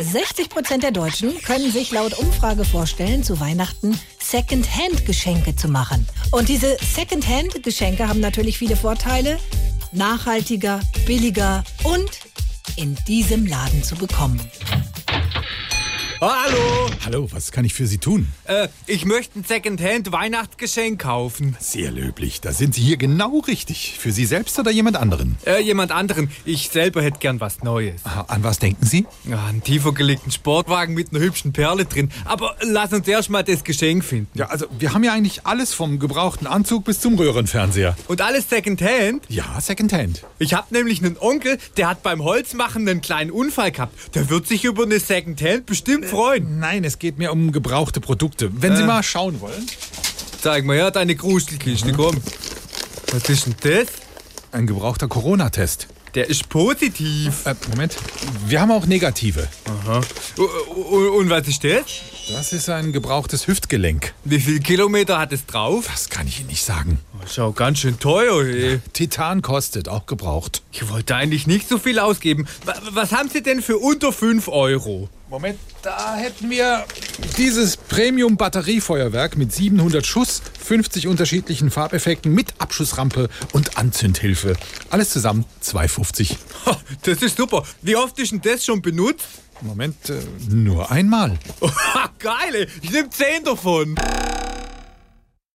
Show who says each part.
Speaker 1: 60 Prozent der Deutschen können sich laut Umfrage vorstellen, zu Weihnachten Second-Hand-Geschenke zu machen. Und diese Second-Hand-Geschenke haben natürlich viele Vorteile. Nachhaltiger, billiger und in diesem Laden zu bekommen.
Speaker 2: Oh, hallo!
Speaker 3: Hallo, was kann ich für Sie tun?
Speaker 2: Äh, ich möchte ein Secondhand-Weihnachtsgeschenk kaufen.
Speaker 3: Sehr löblich, da sind Sie hier genau richtig. Für Sie selbst oder jemand anderen?
Speaker 2: Äh, jemand anderen. Ich selber hätte gern was Neues.
Speaker 3: Aha, An was denken Sie?
Speaker 2: Ja, einen tiefer gelegten Sportwagen mit einer hübschen Perle drin. Aber lass uns erst mal das Geschenk finden.
Speaker 3: Ja, also wir haben ja eigentlich alles vom gebrauchten Anzug bis zum Röhrenfernseher.
Speaker 2: Und alles Secondhand?
Speaker 3: Ja, Secondhand.
Speaker 2: Ich habe nämlich einen Onkel, der hat beim Holzmachen einen kleinen Unfall gehabt. Der wird sich über eine Secondhand bestimmt freuen.
Speaker 3: Nein, es geht mir um gebrauchte Produkte. Wenn Sie mal schauen wollen.
Speaker 2: Zeig mal her deine Krustelkiste, komm. Was ist denn das?
Speaker 3: Ein gebrauchter Corona-Test.
Speaker 2: Der ist positiv.
Speaker 3: Äh, Moment, wir haben auch negative.
Speaker 2: U- u- Und was ist das?
Speaker 3: Das ist ein gebrauchtes Hüftgelenk.
Speaker 2: Wie viel Kilometer hat es drauf?
Speaker 3: Das kann ich Ihnen nicht sagen.
Speaker 2: Schau, ganz schön teuer, ey.
Speaker 3: Titan kostet, auch gebraucht.
Speaker 2: Ich wollte eigentlich nicht so viel ausgeben. Wa- Was haben Sie denn für unter 5 Euro?
Speaker 3: Moment, da hätten wir dieses Premium-Batteriefeuerwerk mit 700 Schuss, 50 unterschiedlichen Farbeffekten mit Abschussrampe und Anzündhilfe. Alles zusammen 2,50.
Speaker 2: Ha, Das ist super. Wie oft ist denn das schon benutzt?
Speaker 3: Moment, äh, nur einmal.
Speaker 2: Geil, ey. ich nehme 10 davon.